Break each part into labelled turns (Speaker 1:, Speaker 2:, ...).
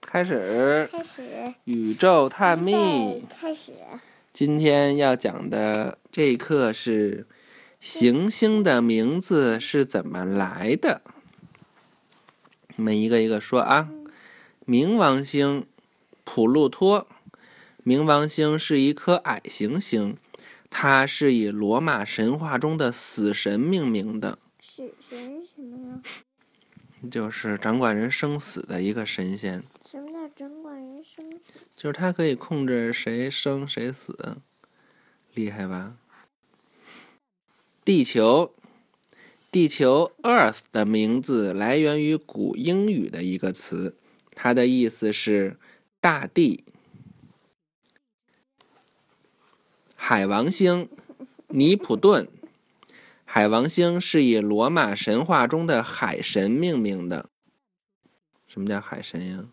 Speaker 1: 开始
Speaker 2: 开始，
Speaker 1: 宇宙探秘
Speaker 2: 对。，开始，
Speaker 1: 今天要讲的这一课是行星的名字是怎么来的。我们一个一个说啊。冥王星普路托，冥王星是一颗矮行星，它是以罗马神话中的死神命名的，
Speaker 2: 死神是什么呀？
Speaker 1: 就是掌管人生死的一个神仙，
Speaker 2: 什么叫掌管人生死？
Speaker 1: 就是它可以控制谁生谁死，厉害吧？地球，地球 Earth 的名字来源于古英语的一个词，它的意思是大地。海王星，尼普顿。海王星是以罗马神话中的海神命名的。什么叫海神呀？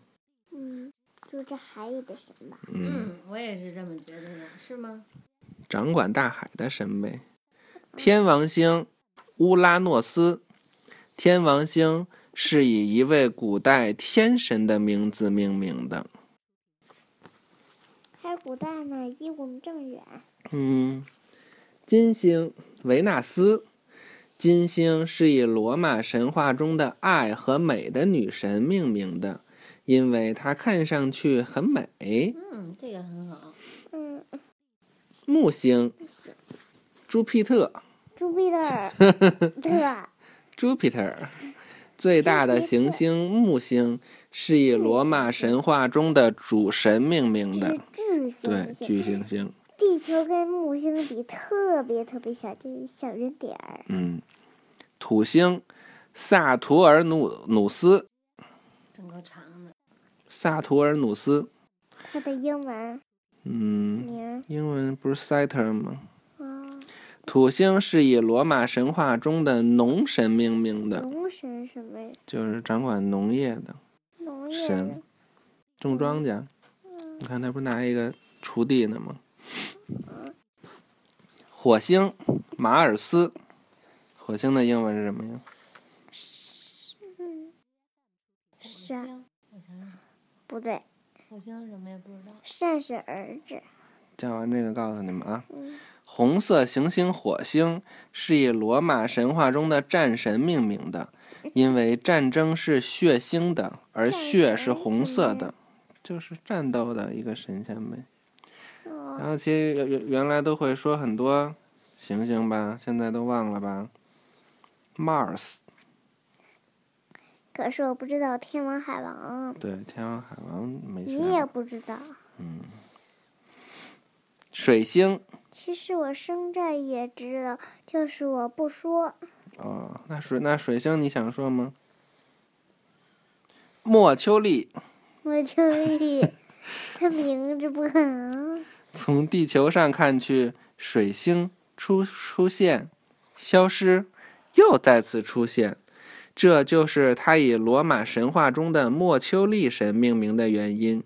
Speaker 2: 嗯，住在海里的神吧？
Speaker 1: 嗯，
Speaker 3: 嗯，我也是这么觉得的，是吗？
Speaker 1: 掌管大海的神呗。天王星乌拉诺斯，天王星是以一位古代天神的名字命名的。
Speaker 2: 还有古代呢，离我们这么远。
Speaker 1: 嗯，金星维纳斯，金星是以罗马神话中的爱和美的女神命名的，因为她看上去很美。
Speaker 3: 嗯，这个很好。
Speaker 2: 嗯，
Speaker 1: 木星
Speaker 2: 不行，
Speaker 1: 朱庇特
Speaker 2: 朱庇特，特
Speaker 1: Jupiter，最大的行星木星是以罗马神话中的主神命名
Speaker 2: 是
Speaker 1: 的，
Speaker 2: 巨
Speaker 1: 对，
Speaker 2: 行
Speaker 1: 巨
Speaker 2: 星。
Speaker 1: 行星。
Speaker 2: 地球跟木星比特别特别小，就一小圆点儿。
Speaker 1: 嗯，土星萨图尔努努斯，
Speaker 3: 整个长的，
Speaker 1: 萨图尔努斯，
Speaker 2: 它的英文
Speaker 1: 嗯，
Speaker 2: 名
Speaker 1: 英文不是 Saturn 吗？
Speaker 2: 啊，
Speaker 1: 土星是以罗马神话中的农神命名的，
Speaker 2: 农神什么
Speaker 1: 就是掌管农业的，
Speaker 2: 农业
Speaker 1: 神
Speaker 2: 的
Speaker 1: 种庄稼。你看他不拿一个锄地呢吗？火星马尔斯，火星的英文是什么呀？
Speaker 2: 嗯，
Speaker 3: 火
Speaker 2: 善
Speaker 3: 星，我想想，
Speaker 2: 不对，
Speaker 3: 火星是什么也不知道。
Speaker 2: 善是儿子。
Speaker 1: 讲完这个告诉你们啊，
Speaker 2: 嗯，
Speaker 1: 红色行星火星是以罗马神话中的战神命名的，因为战争是血腥的，而血是红色的，就是战斗的一个神仙呗。
Speaker 2: 哦，
Speaker 1: 然后其实原原原来都会说很多行星吧，现在都忘了吧？Mars，
Speaker 2: 可是我不知道天王海王，
Speaker 1: 对，啊天王海王没学
Speaker 2: 你也
Speaker 1: 过。
Speaker 2: 不知道。
Speaker 1: 水星，
Speaker 2: 其实我生这也知道，就是我不说。
Speaker 1: 哦，那水那水星你想说吗？莫丘利
Speaker 2: 我就一， 他名字不可能。
Speaker 1: 从地球上看去，水星出出现、消失，又再次出现，这就是它以罗马神话中的莫丘利神命名的原因。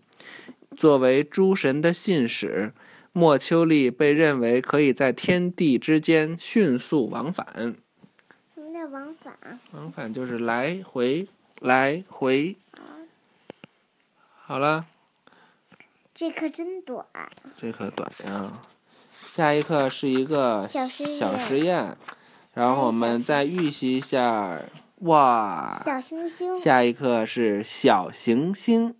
Speaker 1: 作为诸神的信使，莫丘利被认为可以在天地之间迅速往返。
Speaker 2: 什么叫往返？
Speaker 1: 往返就是来回，来回。好了，
Speaker 2: 这课真短，
Speaker 1: 这课短呀。下一课是一个
Speaker 2: 小实验
Speaker 1: 小实验，然后我们再预习一下。哇，
Speaker 2: 小星星。
Speaker 1: 下一课是小行星。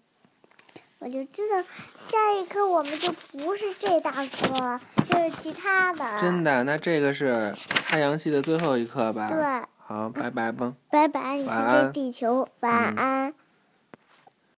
Speaker 2: 我就知道，下一课我们就不是这道课，这是其他的。
Speaker 1: 真的，啊那这个是太阳系的最后一课吧？。
Speaker 2: 对，
Speaker 1: 好，拜拜吧。
Speaker 2: 拜拜。你看
Speaker 1: 晚
Speaker 2: 这
Speaker 1: 安嗯
Speaker 2: 地球，晚安。